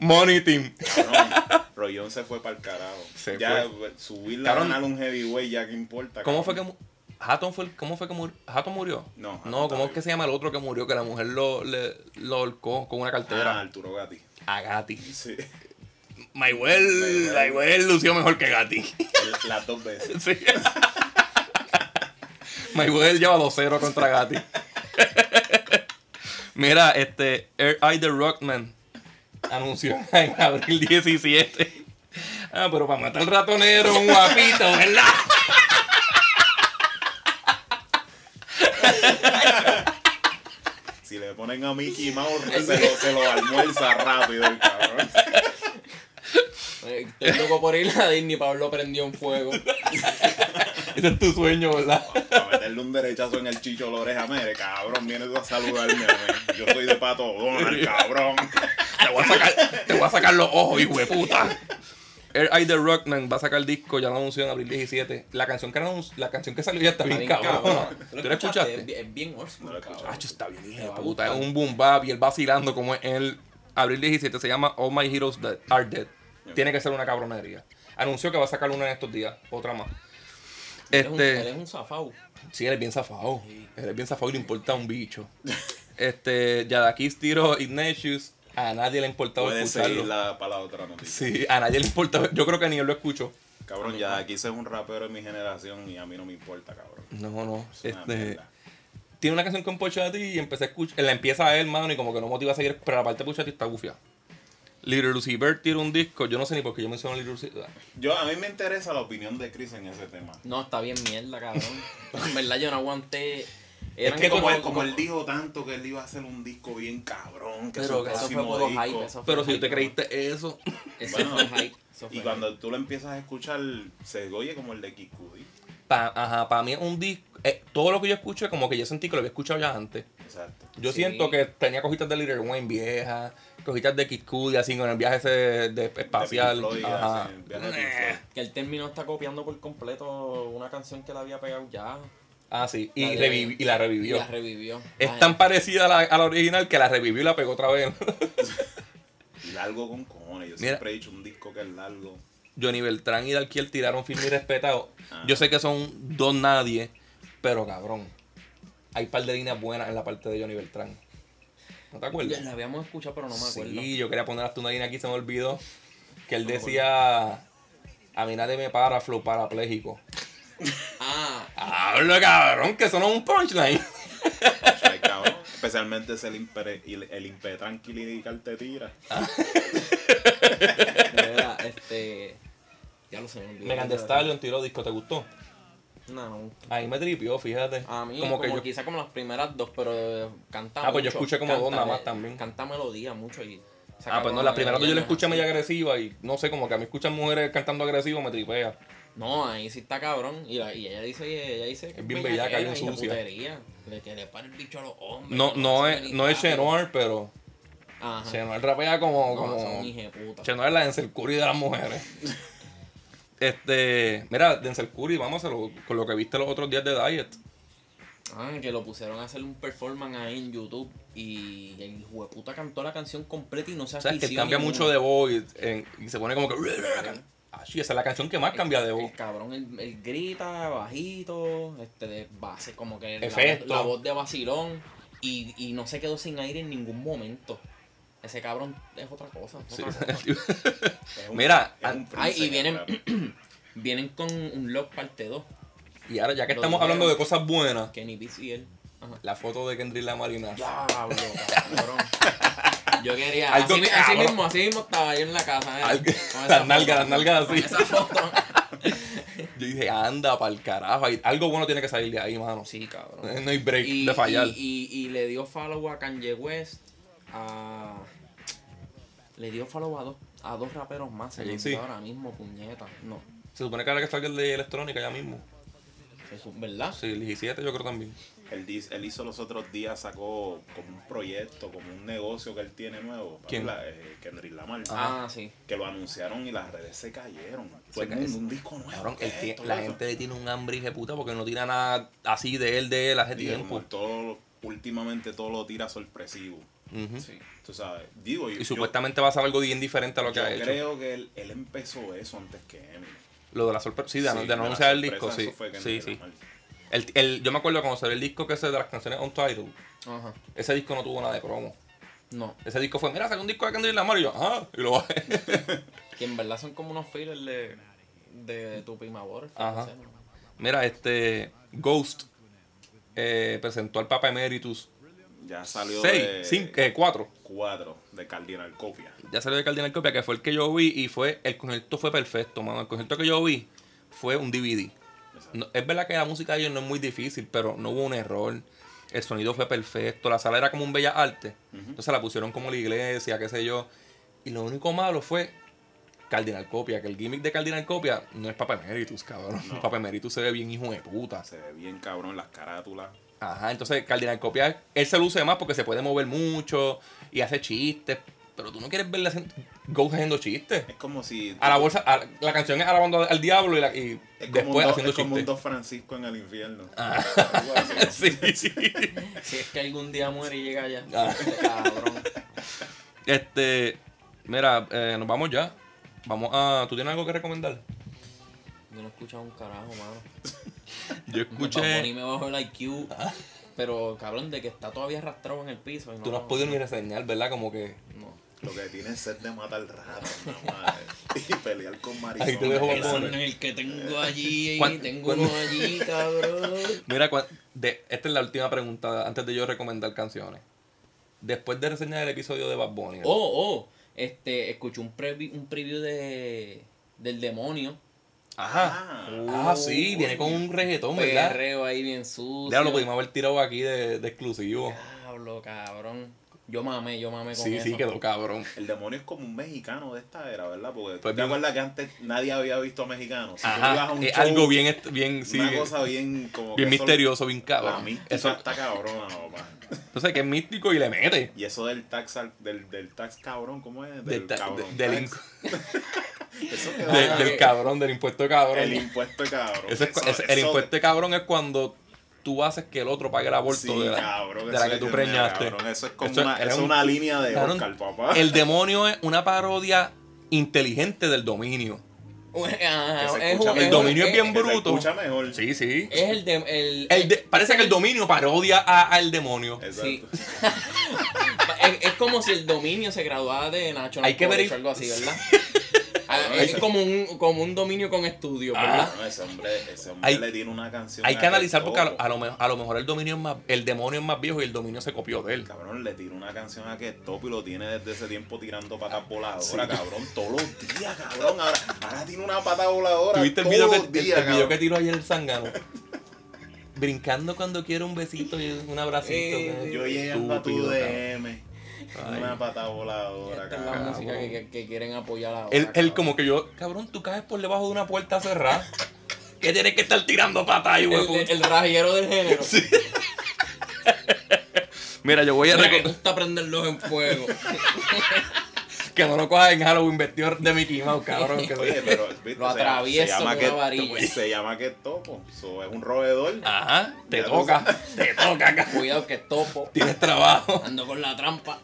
S2: Money Team.
S3: Cabrón, Rollón se fue para el carajo.
S2: Se
S3: ya subirle a
S2: Cabrón.
S3: ganar un heavyweight, ya que importa.
S2: ¿Cómo
S3: cabrón?
S2: fue que mu- Hatton fue el- cómo fue que murió? Hatton murió.
S3: No, Hatton
S2: no, ¿cómo
S3: está
S2: es que se llama el otro que murió? Que la mujer lo, le- lo ahorcó con una
S3: Ah,
S2: cartera.
S3: Arturo Gatti.
S2: A Gatti.
S3: Sí.
S2: Mayweather,
S3: Mayweather.
S2: Mayweather lució mejor que Gatti.
S3: El- Las dos veces.
S2: Sí. Mayweather lleva 2-0 contra Gatti. Mira, este Air Eye the Rockman anunció en abril 17. Ah, pero para matar al ratonero, un guapito, ¿verdad?
S3: Si le ponen a Mickey Mouse, se lo, se lo almuerza rápido el cabrón.
S4: Eh, Estoy loco por ir a Disney. Pablo prendió un fuego.
S2: Ese es tu sueño, ¿verdad?
S3: Para meterle un derechazo en el chicho a la oreja, mire, cabrón, vienes tú a saludarme. a mí. Yo soy de pato Donald, cabrón.
S2: Te voy a sacar, te voy a sacar los ojos, hijo de puta. Air Eye the Rockman va a sacar el disco, ya lo anunció en abril 17. La canción que, anunció- la canción que salió ya está bien cabrona. ¿Tú la
S4: Es
S2: escuchaste?
S4: bien- Es bien awesome,
S3: No lo
S4: cabrón.
S3: escuché.
S2: Acho, está bien, hija
S4: Te
S2: de
S4: va a
S2: puta. Es
S4: gustar.
S2: un boom bap y él vacilando como es él. Abril 17 se llama All My Heroes Dead- Are Dead. Tiene que ser una cabronería. Anunció que va a sacar una en estos días, otra más.
S4: Él es un- Él
S2: Este,
S4: es un zafau.
S2: sí, él es bien zafado. Él es bien zafado y le importa un bicho. Este, Yadakis tiró Ignatius. A nadie le ha importado
S3: Puede
S2: escucharlo.
S3: seguir la, para la otra noticia.
S2: Sí, a nadie le importa. Yo creo que ni él lo escuchó.
S3: Cabrón, ya aquí es un rapero de mi generación y a mí no me importa, cabrón.
S2: No, no.
S3: Es una
S2: Este,
S3: mierda.
S2: tiene una canción con Pucha T y empecé a escuchar. La empieza a él, mano, y como que no motiva a seguir. Pero la parte de Pucha T está gufia. Little Lucy Bird tira un disco. Yo no sé ni por qué yo menciono Little Lucy.
S3: Yo, a mí me interesa la opinión de Chris en ese tema.
S4: No, está bien mierda, cabrón. En verdad yo no aguanté.
S2: Es que
S3: Como, él- como él dijo tanto que él iba a hacer un disco bien cabrón, que
S2: Pero
S3: su
S2: que eso
S4: Eso fue
S3: próximo
S4: puro
S3: disco-
S4: hype. Eso fue
S2: Pero si
S4: hype,
S2: te creíste eso.
S4: Eso
S3: Bueno,
S4: fue hype. eso
S3: Y
S4: fue
S3: cuando tú lo empiezas a escuchar, se oye como el de Kikudi.
S2: Pa, ajá, para mí es un disco. eh, todo lo que yo escuché, como que yo sentí que lo había escuchado ya antes.
S3: Exacto.
S2: Yo
S4: Sí.
S2: siento que tenía cojitas de Little Wayne vieja, cojitas de Kid Cudi, así con el viaje ese de, de espacial.
S3: De Pink Floyd,
S2: ajá.
S3: así, el viaje de Pink Floyd.
S4: hype. Que el término está copiando por completo una canción que la había pegado ya.
S2: Ah, sí.
S4: La
S2: Y,
S4: de-
S2: revivi- y la
S4: Y
S2: revivió.
S4: la revivió.
S2: Es
S4: Ay,
S2: tan parecida a la, a la original que la revivió y la pegó otra vez.
S3: Y largo con cojones. Yo
S2: Mira.
S3: siempre he dicho un disco que es largo.
S2: Johnny Beltrán y Dalquiel tiraron film y respetado.
S3: Ah.
S2: Yo sé que son dos nadie, pero cabrón. Hay par de líneas buenas en la parte de Johnny Beltrán. ¿No te acuerdas?
S4: La habíamos escuchado, pero no me acuerdo.
S2: sí, yo quería poner hasta una línea aquí, se me olvidó. Que él decía. A mí nadie me para, flow parapléjico.
S4: Ah,
S2: Hablo cabrón, que eso no es un punchline.
S3: O sea, el cabrón, Especialmente es el impre, el, el impre tranquilo y te tira.
S4: de verdad, este. Ya lo sé, me olvidé.
S2: Megan Thee Stallion tiró disco, ¿te gustó?
S4: No, no.
S2: Ahí me tripió, fíjate.
S4: A mí,
S2: Como
S4: como,
S2: que yo-
S4: quizá como las primeras dos, pero eh, canta
S2: Ah, pues yo
S4: mucho,
S2: escuché como dos
S4: canta,
S2: nada más
S4: eh,
S2: también.
S4: Canta melodía mucho y.
S2: Ah, pues no, la primera vez yo la escuché
S4: me
S2: medio agresiva y no sé, como que a mí escuchan mujeres cantando agresivo me tripea.
S4: No, ahí sí está cabrón. Y, la- y ella dice, ella dice
S2: Es bien bellaca,
S4: bellaquera,
S2: bien
S4: hija
S2: sucia.
S4: putería. Le que le para el bicho a los hombres.
S2: No,
S4: que
S2: no
S4: se
S2: es,
S4: ven
S2: no es
S4: rápido.
S2: Chenoir, pero
S4: Ajá.
S2: Chenoir rapea como,
S4: No, son
S2: como
S4: hija de puta.
S2: Chenoir es la Denzel Curry de las mujeres. este, mira, Denzel Curry, vamos a lo, con lo que viste los otros días de Diet.
S4: Ah, que lo pusieron a hacer un performance ahí en YouTube. Y el jueputa cantó la canción completa y no se
S2: O sea, que él
S4: asfixió
S2: cambia
S4: ninguno.
S2: mucho de voz y, en- y se pone como que... Ah, sí, esa es la canción que más cambia de voz.
S4: El cabrón, él, él grita bajito, este, de base, como que la,
S2: Efecto.
S4: voz- la voz de vacilón. Y, y no se quedó sin aire en ningún momento. Ese cabrón es otra cosa. es
S2: Sí.
S4: otra cosa.
S3: Es un-
S2: Mira, ah,
S3: es un
S2: an-
S4: Ay,
S3: príncipe,
S4: Ah, y vienen,
S3: cabrón.
S4: vienen con un log parte 2.
S2: Y ahora, ya que
S4: Lo
S2: estamos
S4: dijeron.
S2: hablando de cosas buenas,
S4: Kenny Beats y él. Ajá.
S2: la foto de Kendrick Lamar y Nas.
S4: Diablo, cabrón. Yo quería.
S2: Algo
S4: así,
S2: que-
S4: así
S2: cabrón.
S4: mismo, así mismo estaba yo en la casa. eh,
S2: Algo-
S4: con esa
S2: las
S4: foto,
S2: nalgas, las nalgas
S4: con
S2: así.
S4: esa foto.
S2: Yo dije, anda pa'l carajo. ahí- Algo bueno tiene que salir de ahí, mano. Eh,
S4: Sí, cabrón.
S2: No hay break
S4: Y,
S2: de fallar.
S4: Y, y- y le dio follow a Kanye West. A... Le dio follow a dos, a dos raperos más. Se me
S2: Sí.
S4: olvidó ahora mismo, puñeta. No.
S2: Se supone que ahora que salga el de electrónica ya mismo.
S4: Eso, ¿Verdad?
S2: Sí, el 17 yo creo también.
S3: Él, dice- él hizo los otros días, sacó como un proyecto, como un negocio que él tiene nuevo. papi,
S2: ¿Quién?
S3: la- eh, Kendrick Lamar.
S4: Ah, sí.
S3: Que lo anunciaron y las redes se cayeron. Todo
S2: Se
S3: el
S2: ca-
S3: mundo, un disco nuevo.
S2: Cabrón,
S3: ¿qué
S2: él
S3: es
S2: tiene-
S3: esto,
S2: la
S3: Eh, eso?
S2: gente le tiene un hambre y puta porque no tira nada así de él, de él hace
S3: Dije,
S2: tiempo.
S3: como todo lo- últimamente todo lo tira sorpresivo.
S2: Ujú.
S4: sí.
S3: Tú sabes, digo, yo,
S2: Y supuestamente va a ser algo bien diferente a lo que
S3: yo
S2: ha hecho.
S3: creo que él, él empezó eso antes que Eminem.
S2: Lo de la sorpresa, sí, de,
S3: Sí,
S2: de
S3: la
S2: no anunciar el
S3: sorpresa,
S2: disco,
S3: eso
S2: sí.
S3: fue que
S2: Sí,
S3: no era
S2: sí.
S3: mal.
S2: El, el- yo me acuerdo cuando salió el disco que es de las canciones On Title.
S4: Ajá.
S2: Ese disco no tuvo nada de promo.
S4: No.
S2: Ese disco fue, mira, salió un disco de Kendrick Lamar y yo, ah, y lo bajé.
S4: Que en verdad son como unos fillers de, de tu primavor.
S2: Ajá. Mira, este Ghost eh, presentó al Papa Emeritus
S3: Ya salió de
S2: 6, 4.
S3: cuadro de Cardinal Copia.
S2: Ya salió de Cardinal Copia, que fue el que yo vi y fue el concierto fue perfecto, mano. El concierto que yo vi fue un DVD.
S3: Exacto.
S2: No- es verdad que la música de ellos no es muy difícil, pero no hubo un error. El sonido fue perfecto. La sala era como un bella arte. Entonces la pusieron como la iglesia, qué sé yo. Y lo único malo fue Cardinal Copia, que el gimmick de Cardinal Copia no es Papa Emeritus, cabrón.
S3: No.
S2: Papa Emeritus se ve bien hijo de puta.
S3: Se ve bien cabrón las carátulas.
S2: Ajá, entonces Cardinal Copia, él se luce más porque se puede mover mucho y hace chistes. Pero tú no quieres verle haciendo, Ghost haciendo chistes.
S3: Es como si.
S2: A la bolsa, a- la canción es alabando al diablo y, la- y
S3: es como
S2: después
S3: un do-
S2: haciendo Ah.
S3: es como un
S2: chistes.
S3: Don Francisco en el infierno.
S2: Sí, sí.
S4: Si es que algún día muere y llega allá.
S2: Ah.
S4: Este Cabrón.
S2: Este, mira, eh, nos vamos ya. Vamos a. ¿Tú tienes algo que recomendar?
S4: Yo no he escuchado un carajo, mano.
S2: Yo
S4: Bad Bunny
S2: escuché.
S4: me bajó el IQ. Pero cabrón, de que está todavía arrastrado en el piso. y
S2: Ah. Tú no has podido ni reseñar, ¿verdad? Como que.
S4: No.
S3: Lo que tiene es sed de matar ratas, mamá. Y pelear con Marisol.
S2: Ahí te dejo Bad
S4: Ese
S2: Bunny.
S4: no es el que tengo allí,
S2: ¿Cuán-
S4: tengo
S2: cuándo-
S4: uno allí, cabrón.
S2: Mira, cua- de, esta es la última pregunta antes de yo recomendar canciones. Después de reseñar el episodio de Bad Bunny.
S4: Oh, oh, este, escuché un, previ- un preview de, del demonio.
S2: Ajá.
S4: Ah.
S2: Ah, sí, viene con un reggaetón, Oh,
S3: Pues,
S2: ¿verdad?
S4: Perreo ahí bien sucio.
S2: Ya lo pudimos haber tirado aquí de, de exclusivo.
S4: Diablo, cabrón. Yo mamé, yo mamé con
S2: Sí,
S4: eso.
S2: sí, quedó cabrón.
S3: El demonio es como un mexicano de esta era, ¿verdad? Porque
S2: Pues
S3: tú te
S2: bien-
S3: acuerdas que antes nadie había visto mexicanos. Si tú ibas
S2: Ajá,
S3: a un
S2: es
S3: show,
S2: algo bien, est- bien, sí,
S3: Una cosa bien como.
S2: bien
S3: que eso-
S2: misterioso, bien
S3: La
S2: cabrón.
S3: mística
S2: Eso,
S3: está cabrona, papá.
S2: entonces, que es místico y le mete.
S3: Y eso del tax, al- del, del tax cabrón, ¿cómo es? Del,
S2: Del, ta-
S3: cabrón.
S2: de- del,
S3: tax. Eso quedó
S2: de-
S4: Ah,
S2: del
S4: ok.
S2: cabrón, del impuesto cabrón.
S3: El impuesto cabrón.
S2: Ese es cu-
S3: Eso-
S2: ese- el
S3: eso-
S2: impuesto cabrón es cuando tú haces que el otro pague el aborto
S3: Sí,
S2: de la,
S3: cabrón,
S2: de
S3: eso
S2: la que
S3: es
S2: tú
S3: mira,
S2: preñaste.
S3: cabrón, eso es como
S2: Eso
S3: una,
S2: era
S3: eso es
S2: un-
S3: una línea de
S2: Cabrón,
S3: Oscar, papá.
S2: El demonio es una parodia inteligente del dominio.
S4: Ajá,
S3: Que se
S4: es
S3: escucha mejor.
S4: un- es
S2: El
S4: un-
S2: dominio es
S4: es-
S2: bien
S3: Que se
S2: bruto.
S3: escucha mejor.
S2: Sí, sí.
S4: Es el de. El,
S2: El de-
S4: Eh, es-
S2: parece que el dominio parodia a- al demonio.
S3: Exacto.
S4: Sí. es, es como si el dominio se graduara de Nacho
S2: Hay que verif-
S4: o algo así, ¿verdad? Ah, es como un, como un dominio con estudio,
S2: Ah,
S4: ¿verdad?
S3: Cabrón, ese hombre, ese hombre
S2: Hay-
S3: le tiene una canción.
S2: Hay que
S3: a
S2: analizar porque a lo,
S3: Topo.
S2: a lo me- a lo mejor el dominio es más, el demonio es más viejo y el dominio se copió de él.
S3: Cabrón, le tiró una canción a que Topi lo tiene desde ese tiempo tirando
S2: Ah,
S3: patas voladoras, cabrón, todos los días, cabrón. Ahora, ahora tiene una pata voladora.
S2: ¿Tuviste el
S3: todos
S2: video que,
S3: los
S2: el-
S3: días,
S2: el video que
S3: cabrón.
S2: tiró ayer el zángano? Brincando cuando quiero un besito y un abracito.
S4: Eh,
S3: Yo llegando a tu
S2: Estúpido, cabrón.
S3: DM, una pata voladora,
S4: Esta es la
S3: cabrón.
S4: música que, que- que quieren apoyar ahora.
S2: Él, él
S4: cabrón.
S2: como que yo, cabrón, tú caes por debajo de una puerta cerrada. ¿Qué tienes que estar tirando patas ahí,
S4: El,
S2: hueputa?
S4: el, rajero del género.
S2: Mira, yo voy a
S4: Mira, que
S2: recomendar
S4: gusta prenderlos en fuego.
S2: que no lo cojas en Halloween vestido de Mickey Mouse, cabrón. Que
S3: Oye, pero ¿viste?
S4: Lo
S3: Se llama-
S4: atravieso
S3: se llama
S4: con
S3: que,
S4: una varilla.
S3: Se llama que topo. So, es un roedor.
S2: Ajá, te
S3: Ya tú
S2: toca, te toca, cabrón.
S4: Cuidado que topo.
S2: Tienes trabajo.
S4: Ando con la trampa.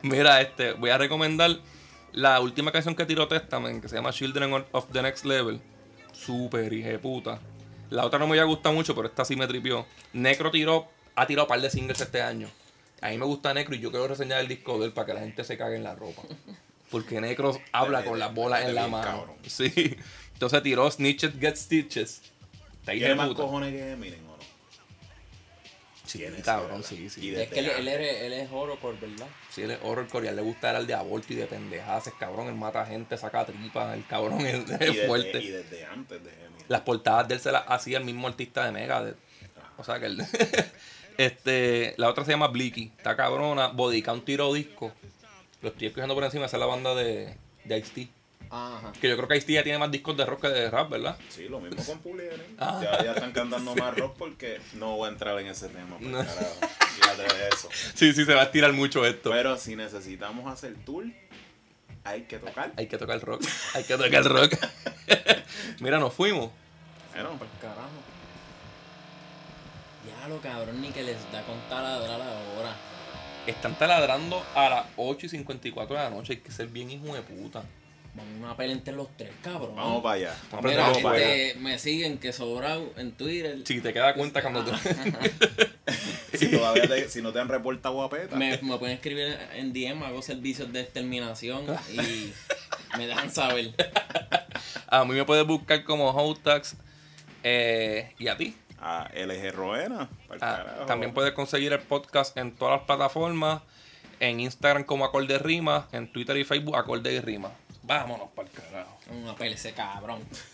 S2: Mira, este, voy a recomendar La última canción que tiró Testament, que se llama Children of the Next Level, súper puta. La otra no me había gustado mucho, pero esta sí me tripió. Necro tiró, ha tirado un par de singles este año. A mí me gusta Necro y yo quiero reseñar el disco de él para que la gente se cague en la ropa. Porque Necro habla con las bolas en la
S3: Bien,
S2: mano.
S3: cabrón.
S2: Sí. Entonces tiró Snitches Get Stitches. Está
S3: Tiene más
S2: hijueputa.
S3: cojones que Eminem, ¿o no?
S2: Sí,
S3: Tiene, sí,
S2: cabrón,
S3: ¿verdad?
S2: sí,
S3: Y
S2: sí.
S3: de-
S4: Es que él, él es- él es horrorcore, ¿verdad?
S2: Si él es horror core, y a él le gusta hablar de aborto y de pendejadas, el cabrón, él mata gente, saca tripas, el cabrón es, es
S3: Y desde-
S2: fuerte.
S3: Y desde antes de Eminem.
S2: Las portadas de él se las hacía el mismo artista de Megadeth. O sea que él... este, la otra se llama Blicky, está cabrona, Bodica, un tiro disco. Lo estoy escuchando por encima, esa es la banda de, de Ice-T.
S4: Ajá.
S2: Que yo creo que Ice-T ya tiene más discos de rock que de rap, ¿verdad?
S3: Sí, lo mismo con Puliere.
S2: Ah.
S3: Ya, ya están cantando más rock porque no voy a entrar en ese tema. Pues,
S2: No.
S3: carajo. Fíjate de eso.
S2: Sí, sí, se va a estirar mucho esto.
S3: Pero si necesitamos hacer tour, hay que tocar.
S2: Hay que tocar rock, hay que tocar rock. Mira, nos fuimos.
S3: Bueno,
S4: Por carajo. Ya lo cabrón, ni que les da con taladrar ahora.
S2: Están taladrando a las 8 y 54 de la noche. Hay que ser bien hijo de puta.
S4: Vamos a pelear entre los tres, cabrón.
S3: vamos para allá.
S2: Vamos
S4: Mira,
S2: para
S4: gente,
S2: allá.
S4: me siguen que sobrado en Twitter.
S2: Si te queda cuenta, cuando
S3: Si todavía te- si no te han reportado guapeta,
S4: Me, me pueden escribir en DM, hago servicios de exterminación y me dejan saber.
S2: A mí me puedes buscar como Hotax. eh, y a ti.
S3: a LG Roena. pa'l
S2: Ah,
S3: carajo.
S2: también puedes conseguir el podcast en todas las plataformas. En Instagram como Acorde y Rima. En Twitter y Facebook Acorde y Rima. Vámonos para el carajo.
S4: Una pelea ese cabrón.